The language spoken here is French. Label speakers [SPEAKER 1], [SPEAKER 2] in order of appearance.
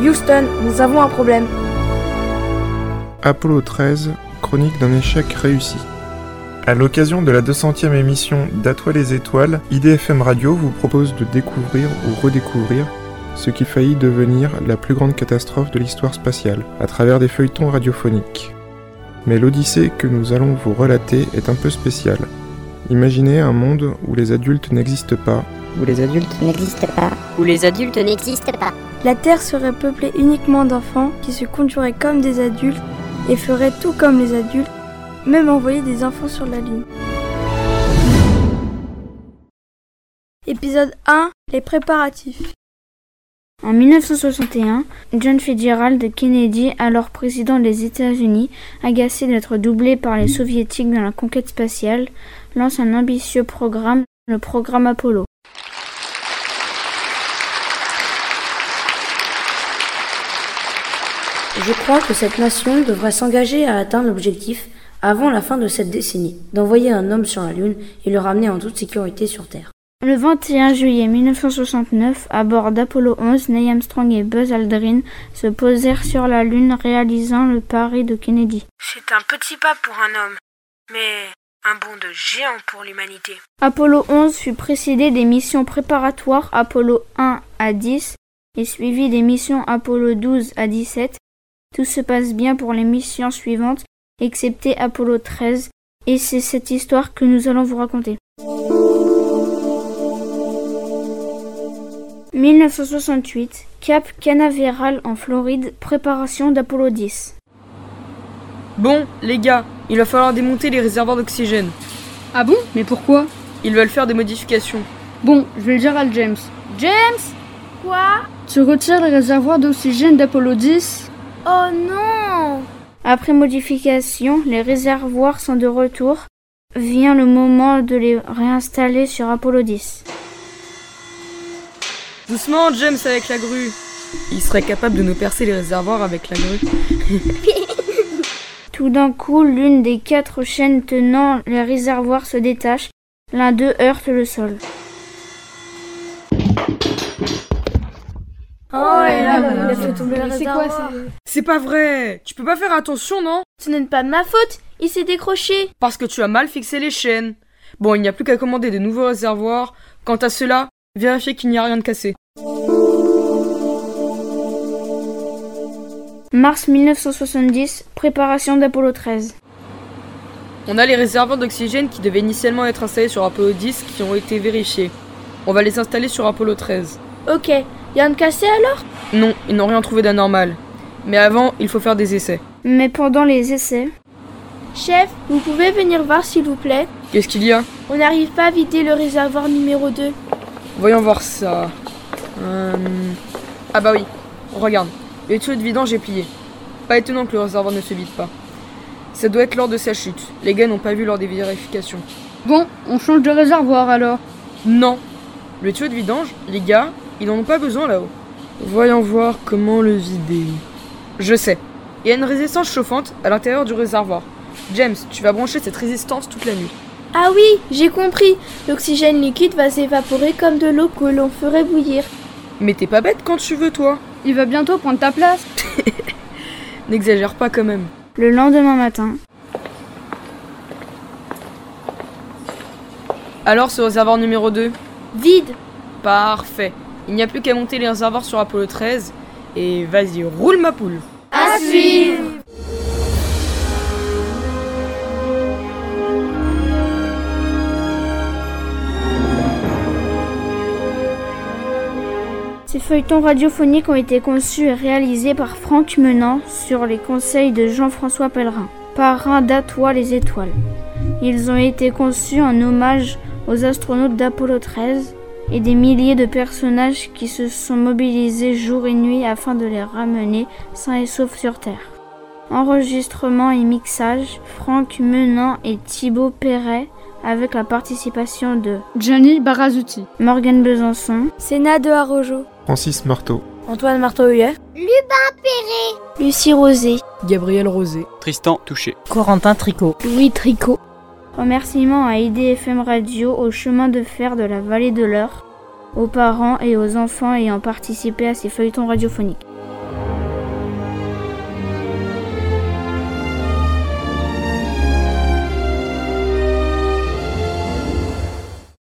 [SPEAKER 1] Houston, nous avons un problème.
[SPEAKER 2] Apollo 13, chronique d'un échec réussi. À l'occasion de la 200e émission d'Atoile les étoiles, IDFM Radio vous propose de découvrir ou redécouvrir ce qui faillit devenir la plus grande catastrophe de l'histoire spatiale, à travers des feuilletons radiophoniques. Mais l'odyssée que nous allons vous relater est un peu spéciale. Imaginez un monde où les adultes n'existent pas,
[SPEAKER 3] où les adultes
[SPEAKER 4] n'existe pas,
[SPEAKER 3] où les adultes
[SPEAKER 4] n'existe pas.
[SPEAKER 1] La Terre serait peuplée uniquement d'enfants qui se conduiraient comme des adultes et feraient tout comme les adultes, même envoyer des enfants sur la Lune. Épisode 1 Les préparatifs.
[SPEAKER 5] En 1961, John Fitzgerald Kennedy, alors président des États-Unis, agacé d'être doublé par
[SPEAKER 1] Oh,
[SPEAKER 5] les soviétiques dans la conquête spatiale, lance un ambitieux programme, le programme Apollo.
[SPEAKER 6] Je crois que cette nation devrait s'engager à atteindre l'objectif, avant la fin de cette décennie, d'envoyer un homme sur la Lune et le ramener en toute sécurité sur Terre.
[SPEAKER 5] Le 21 juillet 1969, à bord d'Apollo 11, Neil Armstrong et Buzz Aldrin se posèrent sur la Lune réalisant le pari de Kennedy.
[SPEAKER 7] C'est un petit pas pour un homme, mais un bond de géant pour l'humanité.
[SPEAKER 5] Apollo 11 fut précédé des missions préparatoires Apollo 1 à 10 et suivi des missions Apollo 12 à 17. Tout se passe bien pour les missions suivantes, excepté Apollo 13, et c'est cette histoire que nous allons vous raconter. 1968, Cap Canaveral en Floride, préparation d'Apollo 10.
[SPEAKER 8] Bon, les gars, il va falloir démonter les réservoirs d'oxygène.
[SPEAKER 9] Ah bon Mais pourquoi
[SPEAKER 8] Ils veulent faire des modifications.
[SPEAKER 9] Bon, je vais le dire à James.
[SPEAKER 10] James Quoi
[SPEAKER 9] Tu retires les réservoirs d'oxygène d'Apollo 10
[SPEAKER 10] Oh non
[SPEAKER 5] Après modification, les réservoirs sont de retour. Vient le moment de les réinstaller sur Apollo 10.
[SPEAKER 8] Doucement, James, avec la grue. Il serait capable de nous percer les réservoirs avec la grue.
[SPEAKER 5] Tout d'un coup, l'une des quatre chaînes tenant les réservoirs se détache. L'un d'eux heurte le sol.
[SPEAKER 1] Oh, et là, il a fait tomber le réservoir.
[SPEAKER 8] C'est pas vrai Tu peux pas faire attention, non
[SPEAKER 10] Ce n'est pas de ma faute, il s'est décroché.
[SPEAKER 8] Parce que tu as mal fixé les chaînes. Bon, il n'y a plus qu'à commander de nouveaux réservoirs. Quant à cela, vérifiez qu'il n'y a rien de cassé.
[SPEAKER 5] Mars 1970, préparation d'Apollo 13.
[SPEAKER 8] On a les réservoirs d'oxygène qui devaient initialement être installés sur Apollo 10 qui ont été vérifiés. On va les installer sur Apollo 13.
[SPEAKER 10] Ok, rien de cassé alors
[SPEAKER 8] Non, ils n'ont rien trouvé d'anormal. Mais avant, il faut faire des essais.
[SPEAKER 5] Mais pendant les essais,
[SPEAKER 10] Chef, vous pouvez venir voir s'il vous plaît
[SPEAKER 8] Qu'est-ce qu'il y a
[SPEAKER 10] On n'arrive pas à vider le réservoir numéro 2.
[SPEAKER 8] Voyons voir ça. Euh, Ah bah oui, regarde. Le tuyau de vidange est plié. Pas étonnant que le réservoir ne se vide pas. Ça doit être lors de sa chute. Les gars n'ont pas vu lors des vérifications.
[SPEAKER 9] Bon, on change de réservoir alors.
[SPEAKER 8] Non. Le tuyau de vidange, les gars, ils n'en ont pas besoin là-haut. Voyons voir comment le vider. Je sais. Il y a une résistance chauffante à l'intérieur du réservoir. James, tu vas brancher cette résistance toute la nuit.
[SPEAKER 10] Ah oui, j'ai compris. L'oxygène liquide va s'évaporer comme de l'eau que l'on ferait bouillir.
[SPEAKER 8] Mais t'es pas bête quand tu veux, toi.
[SPEAKER 9] Il va bientôt prendre ta place.
[SPEAKER 8] N'exagère pas quand même.
[SPEAKER 5] le lendemain matin,
[SPEAKER 8] Alors, ce réservoir numéro 2
[SPEAKER 10] Vide.
[SPEAKER 8] Parfait. Il n'y a plus qu'à monter les réservoirs sur Apollo 13. Et vas-y, roule ma poule.
[SPEAKER 10] À suivre
[SPEAKER 5] Ces feuilletons radiophoniques ont été conçus et réalisés par Franck Menant sur les conseils de Jean-François Pellerin, parrain d'Atois les Étoiles. Ils ont été conçus en hommage aux astronautes d'Apollo 13 et des milliers de personnages qui se sont mobilisés jour et nuit afin de les ramener sains et saufs sur Terre. Enregistrement et mixage, Franck Menant et Thibaut Perret avec la participation de
[SPEAKER 9] Gianni Barazuti.
[SPEAKER 5] Morgan Besançon,
[SPEAKER 1] Sénat de Harojo.
[SPEAKER 2] Francis Marteau,
[SPEAKER 6] Antoine Marteau-Huet
[SPEAKER 1] Lucie Rosé.
[SPEAKER 8] Gabriel Rosé.
[SPEAKER 11] Tristan touché.
[SPEAKER 3] Corentin Tricot.
[SPEAKER 1] Louis Tricot.
[SPEAKER 5] Remerciements à IDFM Radio au chemin de fer de la vallée de l'Eure, aux parents et aux enfants ayant participé à ces feuilletons radiophoniques.